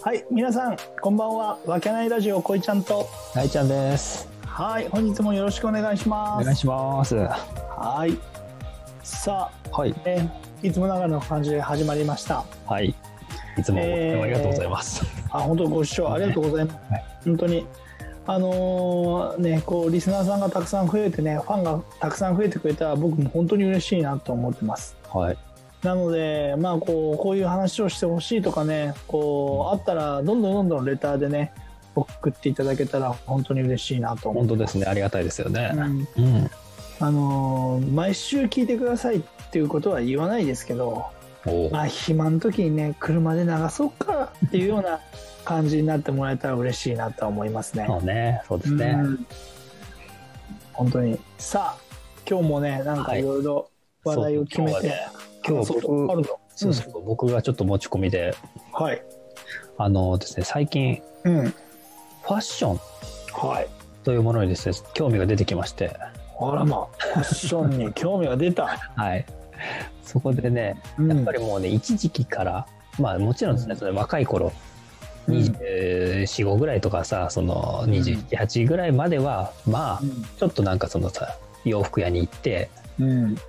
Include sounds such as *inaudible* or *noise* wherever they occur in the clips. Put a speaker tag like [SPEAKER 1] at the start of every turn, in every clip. [SPEAKER 1] はい、皆さん、こんばんは。わけないラジオ、こいちゃんと。
[SPEAKER 2] 大ちゃんです。
[SPEAKER 1] はい、本日もよろしくお願いし
[SPEAKER 2] お
[SPEAKER 1] ます。
[SPEAKER 2] 願いします。は
[SPEAKER 1] はい。さ
[SPEAKER 2] い。
[SPEAKER 1] あ、ね、いつもながらの感じで始まりました。
[SPEAKER 2] はい。いつも、
[SPEAKER 1] えー
[SPEAKER 2] ありがとうございます。
[SPEAKER 1] あ、本当ご視聴ありがとうございます。
[SPEAKER 2] はい
[SPEAKER 1] 本当に。あのーね、こう、リスナーさんがたくさん増えてね、ファンがたくさん増えてくれたら、僕も本当に嬉しいなと思ってます。
[SPEAKER 2] はい。
[SPEAKER 1] なので、まあ、こう、こういう話をしてほしいとかね、こう、あったら、どんどんどんどんレターでね、送っていただけたら、本当に嬉しいなと思
[SPEAKER 2] 本
[SPEAKER 1] う。
[SPEAKER 2] 当ですね。ありがたいですよね。
[SPEAKER 1] うん
[SPEAKER 2] うん。
[SPEAKER 1] あのー毎週聞いてくださいっていうことは言わないですけど、
[SPEAKER 2] おー
[SPEAKER 1] まあ、暇の時にね車で流そうかっていうような感じになってもらえたら嬉しいなとは思いますね。
[SPEAKER 2] そうね。そうですね。
[SPEAKER 1] うん本当にさあ今日もねなんか
[SPEAKER 2] はい
[SPEAKER 1] いろいろ話題を決めて、
[SPEAKER 2] 今日はね今日
[SPEAKER 1] 話そうとあ
[SPEAKER 2] 僕、
[SPEAKER 1] ると
[SPEAKER 2] そうそうそう僕がちょっと持ち込みで、
[SPEAKER 1] うんはい、
[SPEAKER 2] あのですね、最近、
[SPEAKER 1] うん、
[SPEAKER 2] ファッション
[SPEAKER 1] はい
[SPEAKER 2] というものにですね、興味が出てきまして、
[SPEAKER 1] あらまあファッションに興味が出た、
[SPEAKER 2] はい。そこでね、
[SPEAKER 1] うん
[SPEAKER 2] やっぱりもうね、一時期から、まあもちろんですね、その若い頃、24、5ぐらいとかさ、その27、8ぐらいまでは、まあ、ちょっとなんかそのさ、洋服屋に行って、
[SPEAKER 1] うん、うん、
[SPEAKER 2] 好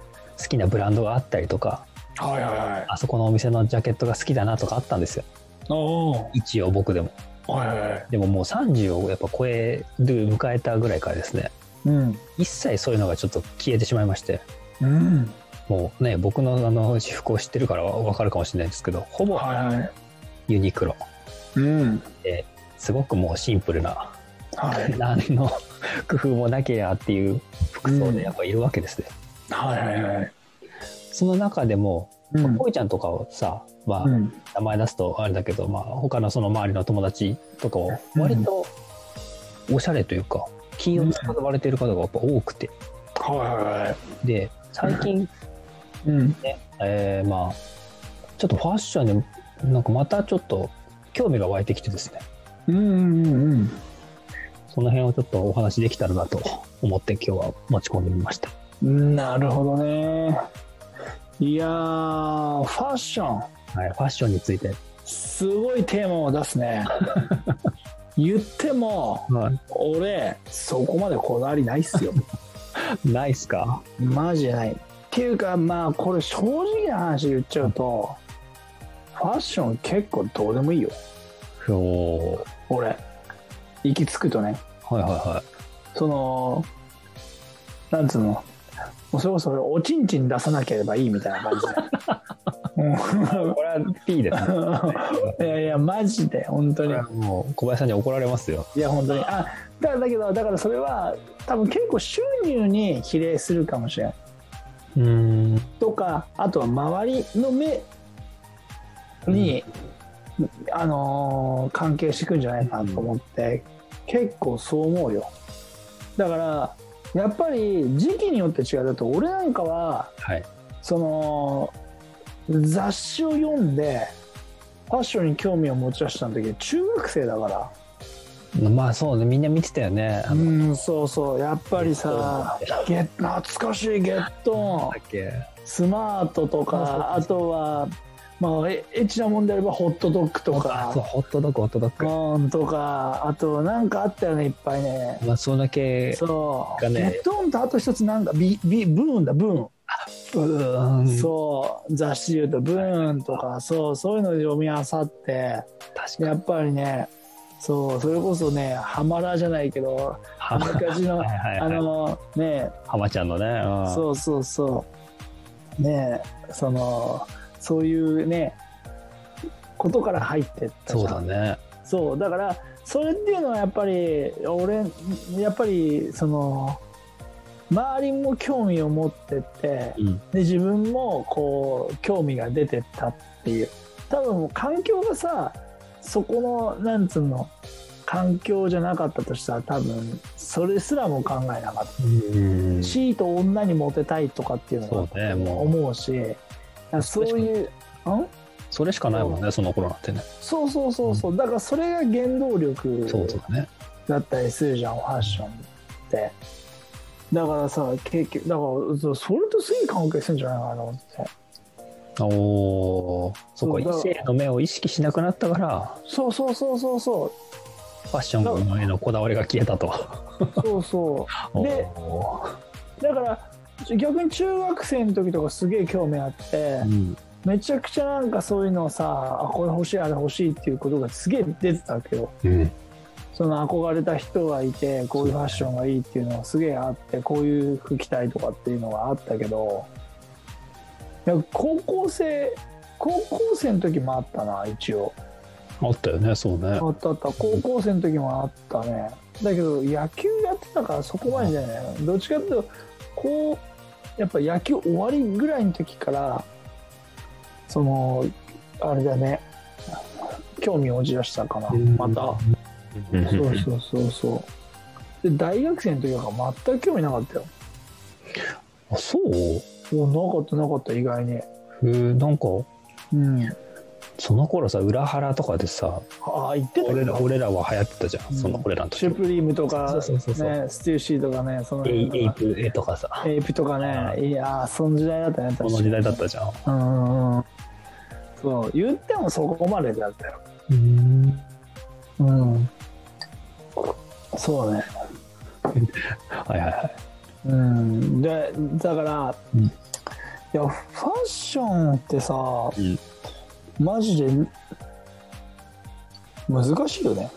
[SPEAKER 2] きなブランドがあったりとか、
[SPEAKER 1] はいはいはい
[SPEAKER 2] あそこのお店のジャケットが好きだなとかあったんですよ。
[SPEAKER 1] おー
[SPEAKER 2] 一応僕でも。
[SPEAKER 1] はいはいはい
[SPEAKER 2] でももう30をやっぱ超える、迎えたぐらいからですね、
[SPEAKER 1] うん
[SPEAKER 2] 一切そういうのがちょっと消えてしまいまして、
[SPEAKER 1] うん
[SPEAKER 2] もうね、僕のあの、私服を知ってるからわかるかもしれないですけど、ほぼ
[SPEAKER 1] はいはい
[SPEAKER 2] ユニクロ。
[SPEAKER 1] うん
[SPEAKER 2] すごくもうシンプルな、 *laughs*
[SPEAKER 1] はい
[SPEAKER 2] 何の工夫もなければっていう服装
[SPEAKER 1] うん
[SPEAKER 2] でやっぱいるわけですね。
[SPEAKER 1] はいはいはい。
[SPEAKER 2] その中でも、
[SPEAKER 1] うん
[SPEAKER 2] こいちゃんとかをさ、まあ、
[SPEAKER 1] うん
[SPEAKER 2] 名前出すとあれだけど、まあ、他のその周りの友達とかを
[SPEAKER 1] うん
[SPEAKER 2] 割とおしゃれというか金を使われている方がやっぱ多くて
[SPEAKER 1] はいはいは
[SPEAKER 2] で最近、
[SPEAKER 1] い。うん。
[SPEAKER 2] えーまあちょっとファッションになんかまたちょっと興味が湧いてきてですね
[SPEAKER 1] うんうんうんうん。
[SPEAKER 2] その辺をちょっとお話できたらなと思って今日は持ち込んでみました
[SPEAKER 1] なるほどね。いやー、ファッション、
[SPEAKER 2] はいファッションについて
[SPEAKER 1] すごいテーマを出す *laughs* ね。言っても、
[SPEAKER 2] はい
[SPEAKER 1] 俺、そこまでこだわりないっすよ。
[SPEAKER 2] ないっすか
[SPEAKER 1] マジでない。っていうか、まあ、これ正直な話言っちゃうと、ファッション結構どうでもいいよ。
[SPEAKER 2] おー
[SPEAKER 1] 俺、行き着くとね。
[SPEAKER 2] はいはいは
[SPEAKER 1] その、なんつうの、もうそれこそおちんちん出さなければいいみたいな感じで
[SPEAKER 2] いこれは P ですね *laughs*
[SPEAKER 1] うん。いやいや、マジで、本当
[SPEAKER 2] こ
[SPEAKER 1] に
[SPEAKER 2] れ。はもう小林さんに怒られますよ
[SPEAKER 1] いや、本当に。あ、だからだけど、だからそれは、多分結構収入に比例するかもしれない。
[SPEAKER 2] うーん
[SPEAKER 1] とか、あとは周りの目に、あのー関係してくんじゃないかなと思って、結構そう思うよ。だから、やっぱり時期によって違う。だと俺なんかは、
[SPEAKER 2] はい
[SPEAKER 1] その雑誌を読んでファッションに興味を持ち出した時中学生だか
[SPEAKER 2] まあそうねみんな見てたよね
[SPEAKER 1] ら
[SPEAKER 2] あ
[SPEAKER 1] う
[SPEAKER 2] の
[SPEAKER 1] んそうそうやっぱりさ
[SPEAKER 2] ゲット
[SPEAKER 1] ゲッ懐かしいゲット
[SPEAKER 2] だっけ
[SPEAKER 1] スマートとか
[SPEAKER 2] あ
[SPEAKER 1] あとはまあエッチなもんであればホットドッグと
[SPEAKER 2] あそう
[SPEAKER 1] か
[SPEAKER 2] ホットドッグホットドッグ
[SPEAKER 1] うんとかあとなんかあったよねいっぱいね
[SPEAKER 2] まあそれだけ
[SPEAKER 1] そう、
[SPEAKER 2] がね
[SPEAKER 1] ゲットオンとあと一つなんだビビブーンだブーン
[SPEAKER 2] うん
[SPEAKER 1] そう雑誌で言うと「ブーン」とかそうそういうので読み漁って
[SPEAKER 2] 確かに
[SPEAKER 1] やっぱりねそうそれこそねハマラじゃないけど
[SPEAKER 2] ハマ
[SPEAKER 1] 昔の
[SPEAKER 2] *laughs* はいはい
[SPEAKER 1] あ
[SPEAKER 2] はい
[SPEAKER 1] のね
[SPEAKER 2] ハマちゃんのねうん
[SPEAKER 1] そうそうそうねそのそういうねことから入ってった
[SPEAKER 2] そ
[SPEAKER 1] じ
[SPEAKER 2] う
[SPEAKER 1] ゃ
[SPEAKER 2] だ
[SPEAKER 1] ん
[SPEAKER 2] ね
[SPEAKER 1] そうだからそれっていうのはやっぱり俺やっぱりその周りも興味を持ってって
[SPEAKER 2] うん
[SPEAKER 1] で自分もこう興味が出てったっていう多分もう環境がさそこのなんつうの環境じゃなかったとしたら多分それすらも考えなかった
[SPEAKER 2] うん
[SPEAKER 1] シーと女にモテたいとかっていうの
[SPEAKER 2] そうね
[SPEAKER 1] は
[SPEAKER 2] もう
[SPEAKER 1] 思うしだからそういううん
[SPEAKER 2] それしかないもんねその頃なんてね
[SPEAKER 1] そうそうそうそうだからそれが原動力
[SPEAKER 2] そうそうだね
[SPEAKER 1] だったりするじゃんファッションってだからさ結局だからそそれとすげえ関係するんじゃないかなと思って
[SPEAKER 2] おーそっか
[SPEAKER 1] そうだ
[SPEAKER 2] 異性の目を意識しなくなったから
[SPEAKER 1] そうそうそうそうそう
[SPEAKER 2] ファッションへのこだわりが消えたと。
[SPEAKER 1] そうそで
[SPEAKER 2] おー
[SPEAKER 1] うだから逆に中学生の時とかすげえ興味あって
[SPEAKER 2] うん
[SPEAKER 1] めちゃくちゃなんかそういうのをさあこれ欲しいあれ欲しいっていうことがすげえ出てたけど
[SPEAKER 2] うん
[SPEAKER 1] その憧れた人がいてこういうファッションがいいっていうのがすげえあってこういう服着たいとかっていうのがあったけどいや高校生高校生の時もあったな一応
[SPEAKER 2] あったよねそうね
[SPEAKER 1] あったあった高校生の時もあったねだけど野球やってたからそこまでじゃないどっちかっていうとこうやっぱ野球終わりぐらいの時からそのあれだね興味を持ち出したかなまた。
[SPEAKER 2] うん
[SPEAKER 1] そうそうそうそう。で、大学生の時なんか全く興味なかったよ。
[SPEAKER 2] あそう
[SPEAKER 1] おなかったなかった、意外に。
[SPEAKER 2] へーなんか
[SPEAKER 1] うん。
[SPEAKER 2] その頃さ裏腹とかでさ
[SPEAKER 1] ああ、言ってたけ
[SPEAKER 2] 俺ら
[SPEAKER 1] ど。
[SPEAKER 2] 俺らは流行ってたじゃん、
[SPEAKER 1] うん
[SPEAKER 2] その俺らの時
[SPEAKER 1] シュプリームと
[SPEAKER 2] そ
[SPEAKER 1] か
[SPEAKER 2] う、そうそうそう、
[SPEAKER 1] ね、ステューシーとかね、その
[SPEAKER 2] エイエイ
[SPEAKER 1] エ
[SPEAKER 2] プエイとかさ
[SPEAKER 1] イプとか
[SPEAKER 2] あ
[SPEAKER 1] ね、いやー、その時代だったね、確か
[SPEAKER 2] こ
[SPEAKER 1] に。
[SPEAKER 2] の時代だったじゃん
[SPEAKER 1] うんうんうん。そう、言ってもそこまでだったよ。
[SPEAKER 2] うん
[SPEAKER 1] うん。そうね。
[SPEAKER 2] はいはいはい
[SPEAKER 1] うん。で、だから、
[SPEAKER 2] うん
[SPEAKER 1] いや、ファッションってさ、
[SPEAKER 2] うん
[SPEAKER 1] マジで難しいよね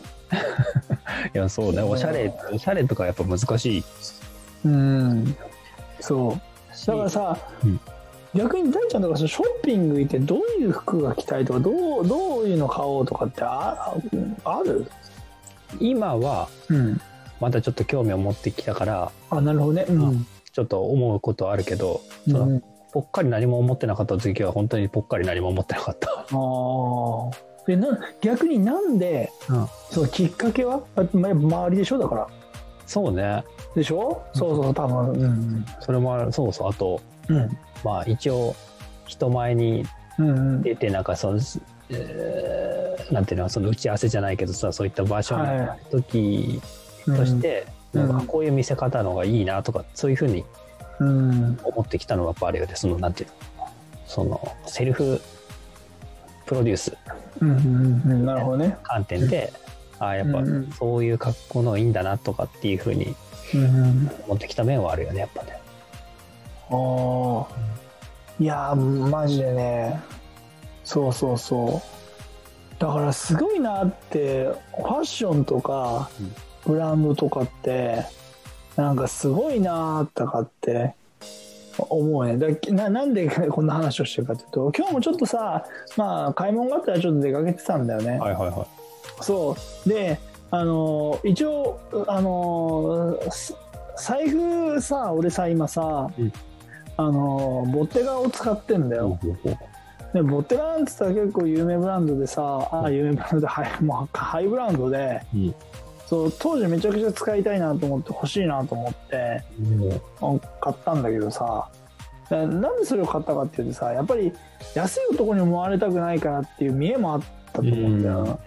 [SPEAKER 2] いやそうねおしゃれおしゃれとかやっぱ難しい
[SPEAKER 1] うんそうだからさ、
[SPEAKER 2] うん
[SPEAKER 1] 逆に大ちゃんとかさショッピング行ってどういう服が着たいとかどうどういうの買おうとかってあある
[SPEAKER 2] 今は
[SPEAKER 1] うん
[SPEAKER 2] またちょっと興味を持ってきたから
[SPEAKER 1] あなるほどねうん
[SPEAKER 2] ちょっと思うことはあるけど、その
[SPEAKER 1] うん
[SPEAKER 2] ぽっかり何も思ってなかった時は本当にぽっかり何も思ってなか *laughs* った
[SPEAKER 1] ああでな逆になんで、
[SPEAKER 2] うん
[SPEAKER 1] そのきっかけはだってま周りでしょだから
[SPEAKER 2] そうね
[SPEAKER 1] でしょそうそう多分うん
[SPEAKER 2] それもあるそうそうあと
[SPEAKER 1] うん
[SPEAKER 2] まあ一応人前に
[SPEAKER 1] うんうん
[SPEAKER 2] 出てなんかその、えーなんていうのその打ち合わせじゃないけどさそういった場所に
[SPEAKER 1] は
[SPEAKER 2] 時
[SPEAKER 1] い
[SPEAKER 2] として、
[SPEAKER 1] うん
[SPEAKER 2] なんかこういう見せ方の方がいいなとかそういうふうに
[SPEAKER 1] うん
[SPEAKER 2] 思ってきたのはやっぱあるよねそのなんていうのそのセルフプロデュース
[SPEAKER 1] うんうんうんなるほどね
[SPEAKER 2] 観点で、ああやっぱ
[SPEAKER 1] うんうん
[SPEAKER 2] そういう格好のいいんだなとかっていうふうに
[SPEAKER 1] うんうん
[SPEAKER 2] 思ってきた面はあるよねやっぱね。
[SPEAKER 1] ああいやーマジでねそうそうそうだからすごいなってファッションとか
[SPEAKER 2] うん
[SPEAKER 1] ブランドとかってなんかすごいなーとかって思うねだななんでこんな話をしてるかっていうと今日もちょっとさまあ買い物があったらちょっと出かけてたんだよね
[SPEAKER 2] いはいは
[SPEAKER 1] そうであのー一応あのーす財布さ俺さ今さ、
[SPEAKER 2] うん
[SPEAKER 1] あのーボッテガを使ってんだよ、でボッテガなんてさ結構有名ブランドでさあ
[SPEAKER 2] うん
[SPEAKER 1] 有名ブランドでハイもうハイブランドで、
[SPEAKER 2] うん
[SPEAKER 1] そう当時めちゃくちゃ使いたいなと思って欲しいなと思ってあ買ったんだけどさだなんでそれを買ったかっていうとさやっぱり安い男に思われたくないからっていう見栄もあったと思うんだよ、
[SPEAKER 2] うん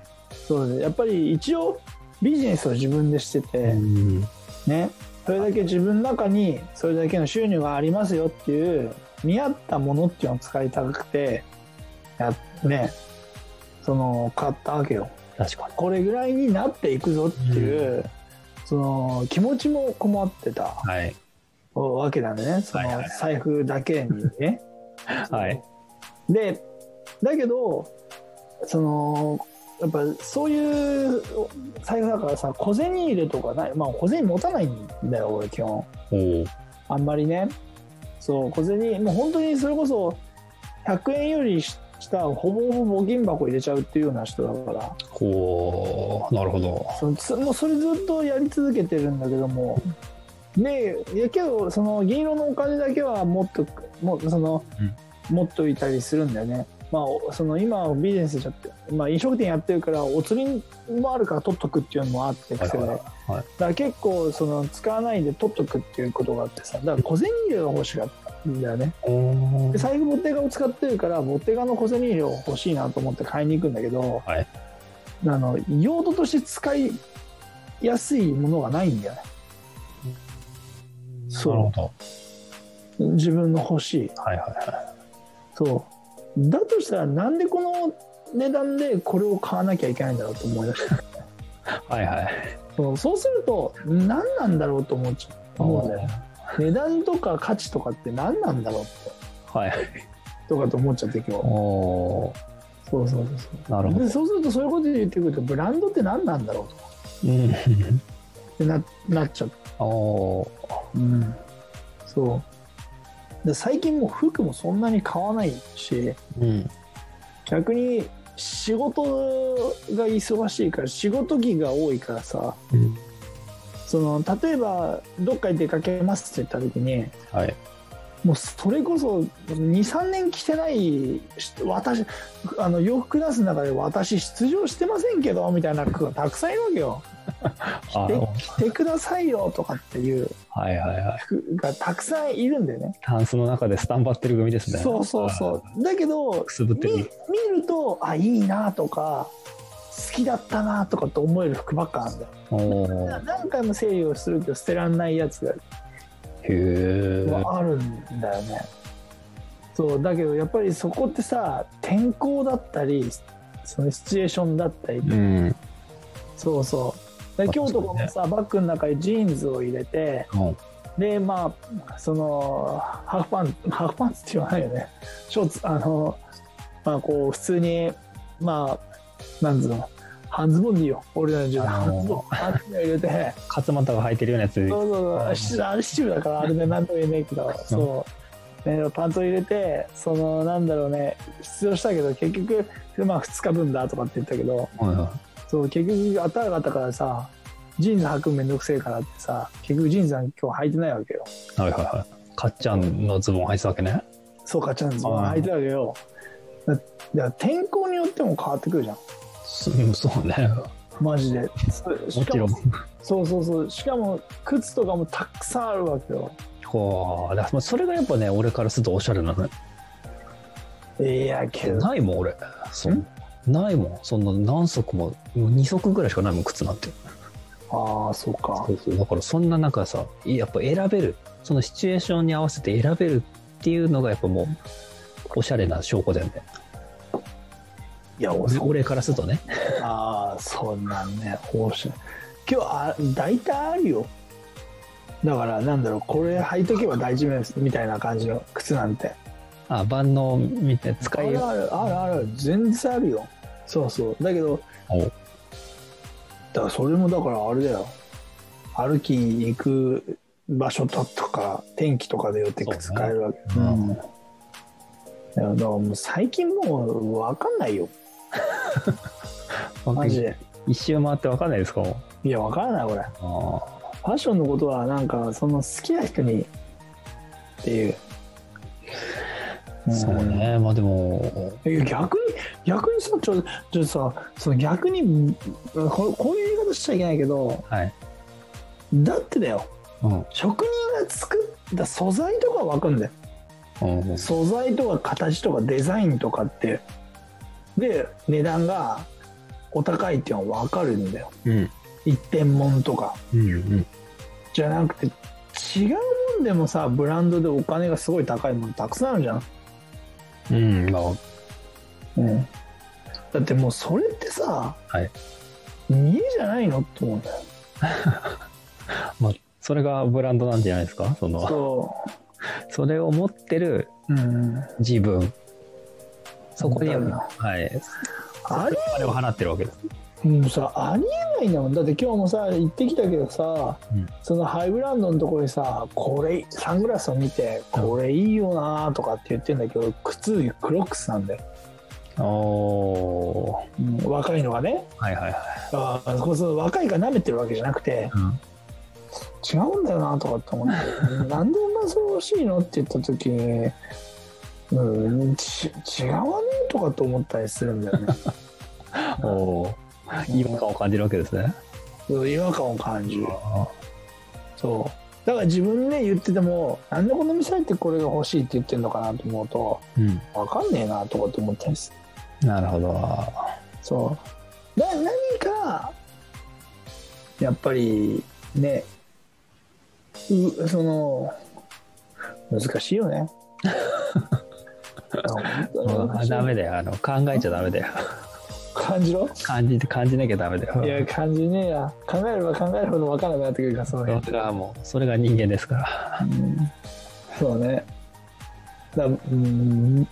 [SPEAKER 1] そうでやっぱり一応ビジネスを自分でしてて、ねそれだけ自分の中にそれだけの収入がありますよっていう見合ったものっていうのを使いたくてやねその買ったわけよ
[SPEAKER 2] 確か
[SPEAKER 1] これぐらいになっていくぞっていう、その気持ちもこもってた
[SPEAKER 2] に。はい。
[SPEAKER 1] わけなんでねそ
[SPEAKER 2] はいはいは
[SPEAKER 1] の
[SPEAKER 2] い
[SPEAKER 1] 財布だけにね。
[SPEAKER 2] はい。
[SPEAKER 1] でだけどそのやっぱそういう財布だからさ小銭入れとかない、まあ、小銭持たないんだよ俺基本
[SPEAKER 2] おお。
[SPEAKER 1] あんまりねそう小銭もう本当にそれこそ100円より下をほぼほぼ募金箱入れちゃうっていうような人だから
[SPEAKER 2] こうなるほど。
[SPEAKER 1] そのつもうそれずっとやり続けてるんだけどもでいやけどその銀色のお金だけはもっともその、
[SPEAKER 2] うん
[SPEAKER 1] 持っといたりするんだよねまあおその今はビジネスじゃって、まあ、飲食店やってるからお釣りもあるから取っとくっていうのもあって癖で、
[SPEAKER 2] はいはいは
[SPEAKER 1] だ
[SPEAKER 2] い
[SPEAKER 1] から結構その使わないで取っとくっていうことがあってさだから小銭入れが欲しかったんだよね
[SPEAKER 2] お
[SPEAKER 1] で財布ボッテガを使ってるからボッテガの小銭入れを欲しいなと思って買いに行くんだけど、
[SPEAKER 2] はい
[SPEAKER 1] あの用途として使いやすいものがないんだよね
[SPEAKER 2] なるほど。
[SPEAKER 1] 自分の欲しい
[SPEAKER 2] はいはいはい。
[SPEAKER 1] そだとしたらなんでこの値段でこれを買わなきゃいけないんだろうと思い出した
[SPEAKER 2] はいはい。
[SPEAKER 1] そうそうすると何なんだろうと思っちゃう思うんだよね値段とか価値とかって何なんだろうって
[SPEAKER 2] はい。
[SPEAKER 1] とかと思っちゃって今日
[SPEAKER 2] お
[SPEAKER 1] そうそうそうそう
[SPEAKER 2] ーなるほど。
[SPEAKER 1] でそうするとそういうことで言ってくるとブランドって何なんだろうとか
[SPEAKER 2] うん。
[SPEAKER 1] ってななっちゃう、
[SPEAKER 2] お
[SPEAKER 1] う
[SPEAKER 2] ー
[SPEAKER 1] ん、そうで最近もう服もそんなに買わないし
[SPEAKER 2] うん。
[SPEAKER 1] 逆に仕事が忙しいから仕事着が多いからさ
[SPEAKER 2] うん。
[SPEAKER 1] その例えばどっかに出かけますって言った時に
[SPEAKER 2] はい。
[SPEAKER 1] もうそれこそ23年着てないし私あの洋服出す中で私出場してませんけどみたいな服がたくさんいるわけよ
[SPEAKER 2] あ
[SPEAKER 1] で着てくださいよとかっていう
[SPEAKER 2] はいはいはい。
[SPEAKER 1] 服がたくさんいるんだよね
[SPEAKER 2] タンスの中でスタンバってる組ですね。。
[SPEAKER 1] そうそうそううだけど
[SPEAKER 2] くすぶって
[SPEAKER 1] み見
[SPEAKER 2] る。
[SPEAKER 1] るとあいいなとか好きだったなとかって思える服ばっかなんだよ
[SPEAKER 2] おお
[SPEAKER 1] だから
[SPEAKER 2] ー。
[SPEAKER 1] 何回も整理をするけど捨てらんないやつが
[SPEAKER 2] へえ。
[SPEAKER 1] あるんだよね。そうだけどやっぱりそこってさ天候だったりそのシチュエーションだったり、
[SPEAKER 2] うん。
[SPEAKER 1] そうそうで
[SPEAKER 2] まあ
[SPEAKER 1] 今日とかもさ、バッグの中にジーンズを入れて
[SPEAKER 2] うん
[SPEAKER 1] でまあそのハーフパンハーフパンツって言わないよねショーツあのまあこう普通にまあなんつうの半ズボンでいいよ俺らの時代
[SPEAKER 2] あのー
[SPEAKER 1] 半ズボン半ズボン入れて。
[SPEAKER 2] 勝俣が履いてるようなやつ。
[SPEAKER 1] そうそう
[SPEAKER 2] う
[SPEAKER 1] そ
[SPEAKER 2] ん
[SPEAKER 1] うシチューあれシチューだからあれで何とも言えないけどそう、ね、パンツを入れてそのなんだろうね出場したけど結局まあ2日分だとかって言ったけど
[SPEAKER 2] はいは
[SPEAKER 1] そう結局あったかかったからさジーンズ履くのめんどくせえからってさ結局ジーンズは今日履いてないわけよ
[SPEAKER 2] いはいはい。かっちゃんのズボン履いてたわけね。
[SPEAKER 1] そうかちゃんズボン
[SPEAKER 2] あー
[SPEAKER 1] 履いてたわけよだだから天候によっても変わってくるじゃん
[SPEAKER 2] そそうね。
[SPEAKER 1] マジでそ
[SPEAKER 2] も
[SPEAKER 1] しか
[SPEAKER 2] ちろん
[SPEAKER 1] も。そうそうそうしかも靴とかもたくさんあるわけよ
[SPEAKER 2] はあ、だからそれがやっぱね、俺からするとおしゃれなのよ。
[SPEAKER 1] いやけど
[SPEAKER 2] ないもん、俺。そん
[SPEAKER 1] ん
[SPEAKER 2] ないもん。そんな何足も、2足ぐらいしかないもん、靴なんて。
[SPEAKER 1] ああそうか
[SPEAKER 2] そうそうだからそんな中さ、やっぱ選べる。そのシチュエーションに合わせて選べるっていうのがやっぱもう、おしゃれな証拠だよね。
[SPEAKER 1] いや
[SPEAKER 2] 俺俺からするとね。
[SPEAKER 1] ああそんなんね方針今日あ大体あるよだからなんだろうこれ履いとけば大丈夫ですみたいな感じの靴なんて
[SPEAKER 2] あ、万能見て
[SPEAKER 1] あ
[SPEAKER 2] 使い
[SPEAKER 1] る
[SPEAKER 2] よ
[SPEAKER 1] あるあるある全然あるよそうそうだけど
[SPEAKER 2] お
[SPEAKER 1] だからそれもだからあれだよ歩きに行く場所とか天気とかでよって靴
[SPEAKER 2] そうね
[SPEAKER 1] 変えるわけ
[SPEAKER 2] う
[SPEAKER 1] うんん、いやだからもう最近もう分かんないよ
[SPEAKER 2] う。
[SPEAKER 1] マジで
[SPEAKER 2] 一周回ってわかんないですかも
[SPEAKER 1] いや分からないこれ
[SPEAKER 2] うあ
[SPEAKER 1] ファッションのことはなんかその好きな人にっていう、
[SPEAKER 2] あ、そうね。まあでも、
[SPEAKER 1] うんいや逆に逆にさちょちょさその逆にここういう言い方しちゃいけないけど
[SPEAKER 2] はい。
[SPEAKER 1] だってだよ
[SPEAKER 2] うん。
[SPEAKER 1] 職人が作った素材とかわかんだよ
[SPEAKER 2] うん、
[SPEAKER 1] 素材とか形とかデザインとかってで値段がお高いっていうのはわかるんだよ
[SPEAKER 2] うん。
[SPEAKER 1] 一点物とか
[SPEAKER 2] うん。
[SPEAKER 1] じゃなくて違うもんでもさブランドでお金がすごい高いものたくさんあるじゃん、
[SPEAKER 2] うん。まあ、
[SPEAKER 1] うん、だってもうそれってさ、
[SPEAKER 2] はい
[SPEAKER 1] 見えじゃないのって思うんだよ
[SPEAKER 2] まあ、それがブランドなんじゃないですかその
[SPEAKER 1] そ
[SPEAKER 2] それを持ってる
[SPEAKER 1] う、うん、
[SPEAKER 2] 自分そこに
[SPEAKER 1] だよな
[SPEAKER 2] はい
[SPEAKER 1] あり
[SPEAKER 2] あれを放ってるわけです
[SPEAKER 1] もうさありえないんだもんだって今日もさ行ってきたけどさ、
[SPEAKER 2] うん
[SPEAKER 1] そのハイブランドのところにさこれサングラスを見てこれいいよなとかって言ってんだけど靴クロックスなんだよ、
[SPEAKER 2] おお
[SPEAKER 1] うん若いのがね
[SPEAKER 2] はいはいは
[SPEAKER 1] あーこうそう若いから舐めてるわけじゃなくて、
[SPEAKER 2] い、うん
[SPEAKER 1] 違うんだよなとかって思って *laughs* なんでお前そう欲しいのって言った時にうんち違わねえとかと思ったりするんだよね
[SPEAKER 2] *laughs* おお違和感を感じるわけですね
[SPEAKER 1] 違和感を感じるそうだから自分で言っててもなんでこの店入ってこれが欲しいって言ってんのかなと思うと
[SPEAKER 2] うん
[SPEAKER 1] 分かんねえなとかって思ったりする
[SPEAKER 2] なるほど
[SPEAKER 1] そうな何かやっぱりね
[SPEAKER 2] *laughs*
[SPEAKER 1] うその難しいよね
[SPEAKER 2] うんあダメだよあの考えちゃダメ *laughs* だよ
[SPEAKER 1] 感じろ
[SPEAKER 2] 感じて感じなきゃダメだよ
[SPEAKER 1] いや感じねえや考えれば考えるほど分からなくなってくるからその辺
[SPEAKER 2] それがもうそれが人間ですから
[SPEAKER 1] そうねだうん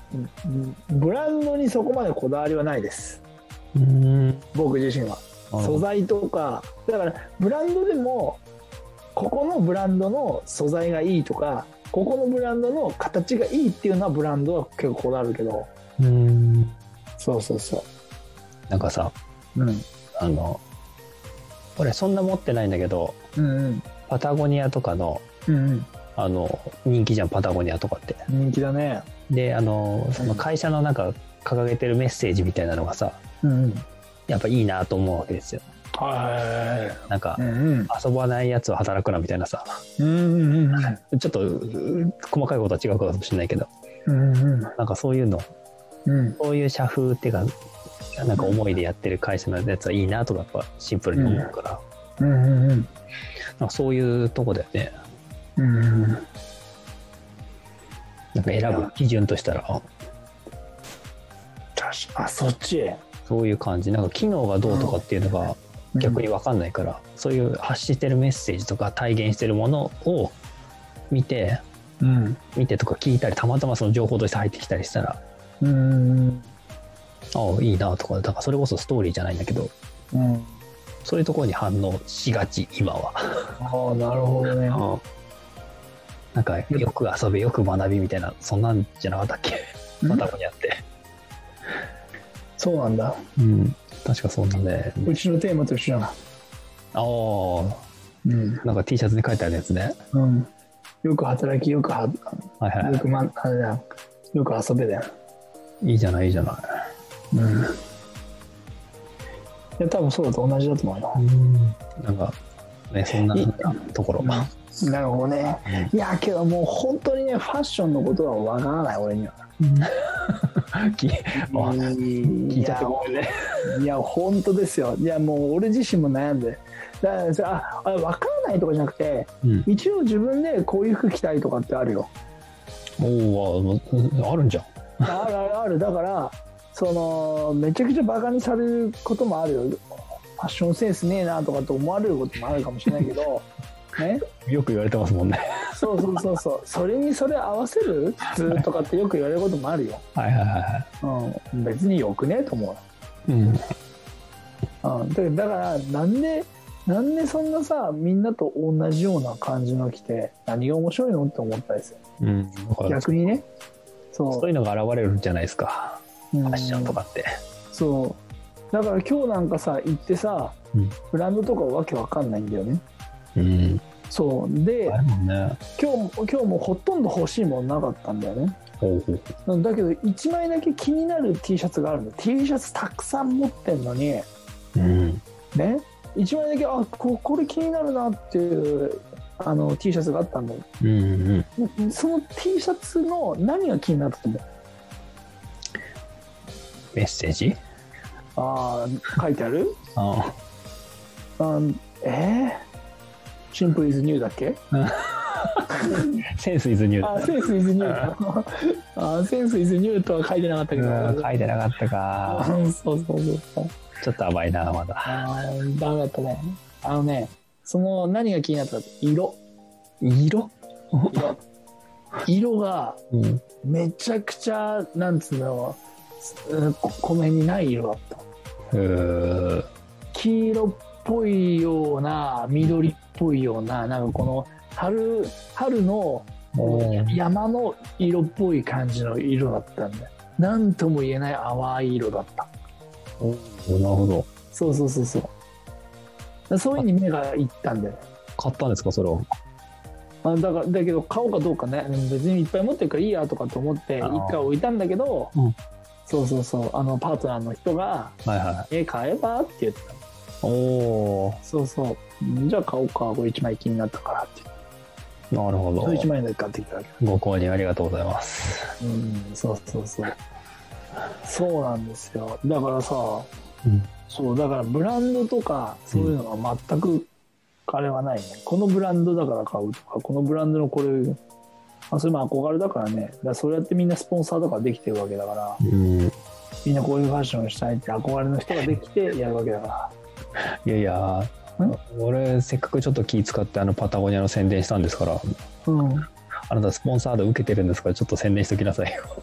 [SPEAKER 1] うんブランドにそこまでこだわりはないです
[SPEAKER 2] うん
[SPEAKER 1] 僕自身は素材とかだからブランドでもここのブランドの素材がいいとかここのブランドの形がいいっていうのはブランドは結構こだわるけど
[SPEAKER 2] うん
[SPEAKER 1] そうそうそ
[SPEAKER 2] なんかさ
[SPEAKER 1] ううん
[SPEAKER 2] あの俺そんな持ってないんだけど
[SPEAKER 1] うん
[SPEAKER 2] パタゴニアとかの
[SPEAKER 1] うんうん
[SPEAKER 2] あの人気じゃんパタゴニアとかって
[SPEAKER 1] 人気だね
[SPEAKER 2] であのその会社のなんか掲げてるメッセージみたいなのがさ
[SPEAKER 1] うんうん
[SPEAKER 2] やっぱいいなと思うわけですよ
[SPEAKER 1] はいはいはい
[SPEAKER 2] なんか
[SPEAKER 1] うん
[SPEAKER 2] 遊ばないやつは働くなみたいなさ
[SPEAKER 1] うんうんうん
[SPEAKER 2] ちょっとう細かいことは違うかもしれないけど
[SPEAKER 1] うんうん
[SPEAKER 2] なんかそういうの
[SPEAKER 1] うん
[SPEAKER 2] そういう社風っていうかなんか思いでやってる会社のやつはいいなとかやっぱシンプルに思うから、
[SPEAKER 1] うんうん
[SPEAKER 2] なんかそういうとこだよね
[SPEAKER 1] うんうん
[SPEAKER 2] なんか選ぶ基準としたらあ
[SPEAKER 1] 確かあそっち
[SPEAKER 2] そういう感じなんか機能がどうとかっていうのが逆に分かんないから、そういう発してるメッセージとか体現してるものを見て
[SPEAKER 1] うん
[SPEAKER 2] 見てとか聞いたりたまたまその情報として入ってきたりしたら
[SPEAKER 1] うん
[SPEAKER 2] ああいいなとかだからそれこそストーリーじゃないんだけど
[SPEAKER 1] うん
[SPEAKER 2] そういうところに反応しがち今は、
[SPEAKER 1] ああなるほどね
[SPEAKER 2] なんかよく遊べよく学びみたいなそんなんじゃなかったっけ
[SPEAKER 1] うん
[SPEAKER 2] またこにあって
[SPEAKER 1] そうなんだ
[SPEAKER 2] うん確かそんなんで
[SPEAKER 1] うちのテーマと一緒だな
[SPEAKER 2] ああ
[SPEAKER 1] うん
[SPEAKER 2] なんか T シャツに書いてあるやつね
[SPEAKER 1] うんよく働きよくはよ
[SPEAKER 2] はいはい、
[SPEAKER 1] くまあれだよよく遊べだよ
[SPEAKER 2] いいじゃないいいじゃな
[SPEAKER 1] うんいや多分そうだと同じだと思うよ
[SPEAKER 2] いうんなんかねそんない
[SPEAKER 1] い
[SPEAKER 2] ところ
[SPEAKER 1] なるほどねいやけどもう本当にねファッションのことはわからない俺には
[SPEAKER 2] *laughs* きあ聞
[SPEAKER 1] 聞
[SPEAKER 2] いちゃってごめんね
[SPEAKER 1] いや本当ですよいやもう俺自身も悩んでだからさああ分からないとかじゃなくて
[SPEAKER 2] うん
[SPEAKER 1] 一応自分でこういう服着たいとかってあるよ
[SPEAKER 2] おおあるんじゃん
[SPEAKER 1] あるあるあるだからそのめちゃくちゃバカにされることもあるよファッションセンスねえなとかと思われることもあるかもしれないけどね
[SPEAKER 2] よく言われてますもんね
[SPEAKER 1] そうそうそうそうそれにそれ合わせる普通とかってよく言われることもあるよ、
[SPEAKER 2] はいはいはいは
[SPEAKER 1] うん、別によくねえと思う
[SPEAKER 2] いうん
[SPEAKER 1] うん、だだからなんでなんでそんなさみんなと同じような感じの着て何が面白いのって思ったんですよ
[SPEAKER 2] うん、だから
[SPEAKER 1] 逆にねそう
[SPEAKER 2] そういうのが現れるんじゃないですか
[SPEAKER 1] うん
[SPEAKER 2] ファッションとかって
[SPEAKER 1] そうだから今日なんかさ行ってさ、
[SPEAKER 2] うん
[SPEAKER 1] ブランドとかわけわかんないんだよね
[SPEAKER 2] うん
[SPEAKER 1] そうで
[SPEAKER 2] あるもんね
[SPEAKER 1] 今日も今日もほとんど欲しいもんなかったんだよね
[SPEAKER 2] ほうほう
[SPEAKER 1] うんだけど1枚だけ気になる T シャツがあるの T シャツたくさん持ってんのに
[SPEAKER 2] うん
[SPEAKER 1] ね1枚だけあここれ気になるなっていうあの T シャツがあったんだよ
[SPEAKER 2] うんうん
[SPEAKER 1] その T シャツの何が気になったと思う
[SPEAKER 2] メッセージ
[SPEAKER 1] ああ書いてある
[SPEAKER 2] あ
[SPEAKER 1] あえー、シンプルイズニューだっけ
[SPEAKER 2] あセンスイズニュ
[SPEAKER 1] あ
[SPEAKER 2] ー
[SPEAKER 1] センスイズニュー *laughs* あセンスイズニューとは書いてなかったけど
[SPEAKER 2] うん書いてなかった
[SPEAKER 1] あ
[SPEAKER 2] か
[SPEAKER 1] ーそうそうそうそう
[SPEAKER 2] ちょっと甘いなまだ
[SPEAKER 1] あーダメだったねあのねその何が気になったか色
[SPEAKER 2] 色
[SPEAKER 1] 色色が
[SPEAKER 2] うん
[SPEAKER 1] めちゃくちゃなんつうのうんこ米にない色だった
[SPEAKER 2] うん
[SPEAKER 1] 黄色っぽいような緑っぽいようななんかこの春春の山の色っぽい感じの色だったんで何とも言えない淡い色だった
[SPEAKER 2] おーなるほど
[SPEAKER 1] そうそうそうそうそういうに目がいったんだよね
[SPEAKER 2] 買ったんですかそれを
[SPEAKER 1] あだからだけど買おうかどうかねうん別にいっぱい持ってるからいいやとかと思って
[SPEAKER 2] あー
[SPEAKER 1] 一回置いたんだけど、
[SPEAKER 2] うん
[SPEAKER 1] そうそうそうあのパートナーの人が
[SPEAKER 2] はいは
[SPEAKER 1] 「え買えば?」って言ってた
[SPEAKER 2] いおお
[SPEAKER 1] そうそううんじゃあ買おうかこれ1枚気になったからって
[SPEAKER 2] なるほど
[SPEAKER 1] それ1枚だけ買ってきたわけ
[SPEAKER 2] ご購入ありがとうございます
[SPEAKER 1] うんそうそうそうそうなんですよだからさ
[SPEAKER 2] うん
[SPEAKER 1] そうだからブランドとかそういうのが全くあれはないね、このブランドだから買うとかこのブランドのこれまあ、それも憧れだからねだからそれやってみんなスポンサーとかできてるわけだから
[SPEAKER 2] うん
[SPEAKER 1] みんなこういうファッションしたいって憧れの人ができてやるわけだから
[SPEAKER 2] いやいや俺せっかくちょっと気使ってあのパタゴニアの宣伝したんですから
[SPEAKER 1] うん
[SPEAKER 2] あなたスポンサード受けてるんですからちょっと宣伝しときなさいよ *laughs*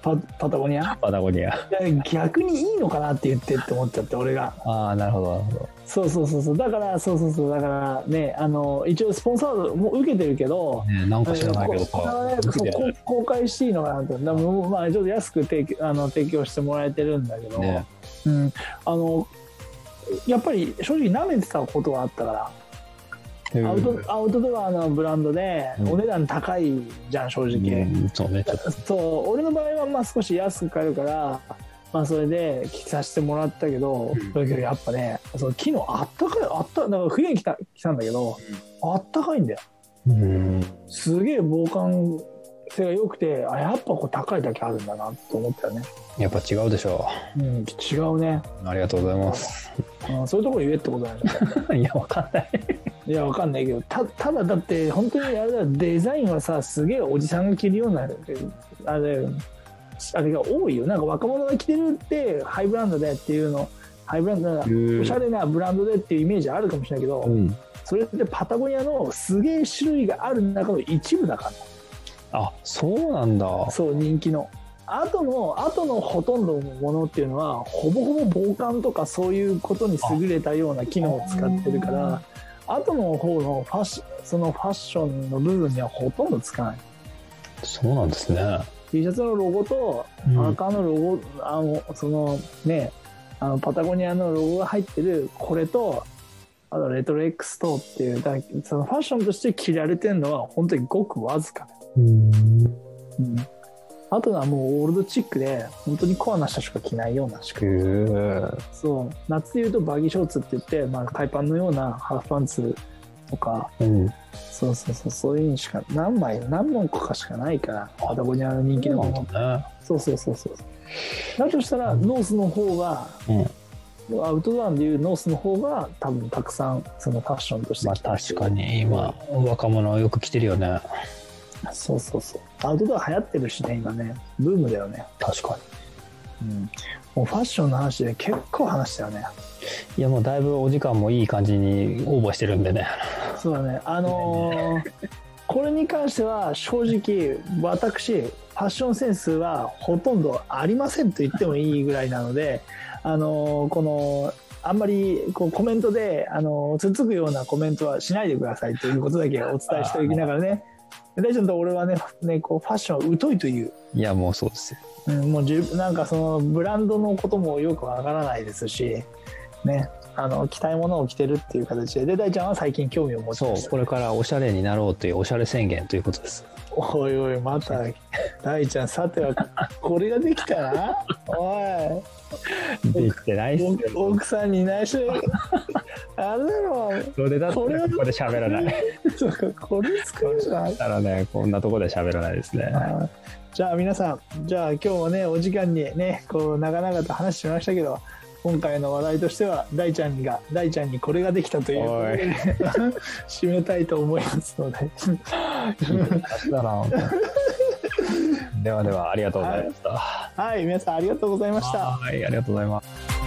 [SPEAKER 1] パパタゴニア
[SPEAKER 2] パタゴニア
[SPEAKER 1] いや逆にいいのかなって言ってって思っちゃって俺が
[SPEAKER 2] ああなるほどなるほど
[SPEAKER 1] そうそうそうそうだからそうそうそうだからねあの一応スポンサードも受けてるけど
[SPEAKER 2] ねなん
[SPEAKER 1] あ
[SPEAKER 2] か
[SPEAKER 1] の
[SPEAKER 2] 知らないけど
[SPEAKER 1] こ
[SPEAKER 2] か
[SPEAKER 1] こ
[SPEAKER 2] 受けて
[SPEAKER 1] こ
[SPEAKER 2] る
[SPEAKER 1] 公開していいのかなとだからもうまあちょっと安く提供あの提供してもらえてるんだけど、
[SPEAKER 2] ね
[SPEAKER 1] うん、あのやっぱり正直舐めてたことがあったから、アウトアウトドアのブランドで
[SPEAKER 2] うん
[SPEAKER 1] お値段高いじゃん正直、
[SPEAKER 2] うんそうねちょっと
[SPEAKER 1] そう俺の場合はまあ少し安く買えるから、まあ、それで着させてもらったけど、
[SPEAKER 2] うん
[SPEAKER 1] だけどやっぱねその昨日あったかいあっただから冬に来た来たんだけど、あったかいんだよ
[SPEAKER 2] うん
[SPEAKER 1] すげえ防寒性が良くてあやっぱこう高いだけあるんだなと思ったよね、
[SPEAKER 2] やっぱ違うでしょ
[SPEAKER 1] うん、違うね、
[SPEAKER 2] うありがとうございます *laughs*
[SPEAKER 1] うん、そういうところ言えってことなんじゃない
[SPEAKER 2] いやわかんない
[SPEAKER 1] *laughs* いやわかんないけどたただだって本当にあれだよデザインはさすげえおじさんが着るようなあれだよあれが多いよなんか若者が着てるってハイブランドでっていうのハイブランドだおしゃれなブランドでっていうイメージあるかもしれないけど、
[SPEAKER 2] うん
[SPEAKER 1] それってパタゴニアのすげえ種類がある中の一部だか
[SPEAKER 2] あそうなんだ
[SPEAKER 1] らそう人気の後の後のほとんどのものっていうのはほぼほぼ防寒とかそういうことに優れたような機能を使ってるから後の方のファッシそのファッションの部分にはほとんどつかない
[SPEAKER 2] そうなんですね
[SPEAKER 1] T シャツのロゴと
[SPEAKER 2] うん
[SPEAKER 1] 赤のロゴ、あのそのねあのパタゴニアのロゴが入ってるこれとあとレトロ X とっていうだそのファッションとして着られてるのは本当にごくわずかあとはもうオールドチックで本当にコアな人しか着ないようなしか
[SPEAKER 2] へえ
[SPEAKER 1] そう夏でいうとバギーショーツって言って、まあ、海パンのようなハーフパンツとか
[SPEAKER 2] うん
[SPEAKER 1] そうそうそうそういうのしか何枚何本かしかないからパタゴニアの人気
[SPEAKER 2] そう
[SPEAKER 1] の
[SPEAKER 2] な
[SPEAKER 1] もの
[SPEAKER 2] んだ
[SPEAKER 1] そうそうそうそうだとしたら
[SPEAKER 2] うん
[SPEAKER 1] ノースの方が、アウトドアでいうノースの方が多分たくさんそのファッションとし
[SPEAKER 2] ね
[SPEAKER 1] て
[SPEAKER 2] まあ
[SPEAKER 1] 着てる
[SPEAKER 2] 確かに今若者はよく来てるよね
[SPEAKER 1] そうそうそうアウトドア流行ってるしね今ねブームだよね
[SPEAKER 2] 確かに
[SPEAKER 1] うんもうファッションの話で結構話したよね
[SPEAKER 2] いやもうだいぶお時間もいい感じにオーバーしてるんでね
[SPEAKER 1] そうだねあのー *laughs* これに関しては正直私ファッションセンスはほとんどありませんと言ってもいいぐらいなのであのーこのあんまりこうコメントで、あのーつっつくようなコメントはしないでくださいということだけお伝えしておきながらね大ちゃんと俺はねねこうファッションは疎いという、
[SPEAKER 2] いやもうそうですよ
[SPEAKER 1] うん、もう十分なんかそのブランドのこともよくわからないですしねあの着たいものを着てるっていう形でで大ちゃんは最近興味を持ち
[SPEAKER 2] そ
[SPEAKER 1] ま
[SPEAKER 2] う
[SPEAKER 1] した
[SPEAKER 2] これからおしゃれになろうというおしゃれ宣言ということです
[SPEAKER 1] おいおいま
[SPEAKER 2] *laughs*
[SPEAKER 1] た大ちゃんさてはこれができたなお
[SPEAKER 2] できて *laughs* ないっ
[SPEAKER 1] い奥奥さんに *laughs* 内緒であれだろ *laughs*
[SPEAKER 2] それだった
[SPEAKER 1] これは
[SPEAKER 2] らここで喋らない
[SPEAKER 1] そうかこれ作るじゃん
[SPEAKER 2] だからねこんなとこで喋らないですね
[SPEAKER 1] じゃあ皆さんじゃあ今日はねお時間にねこう長々と話してましたけど今回の話題としては大ちゃんが大ちゃんにこれができたということで *laughs* 締めたいと思いますので *laughs*
[SPEAKER 2] 話だな本当にではではありがとうございました
[SPEAKER 1] はい皆さんありがとうございました
[SPEAKER 2] はいありがとうございます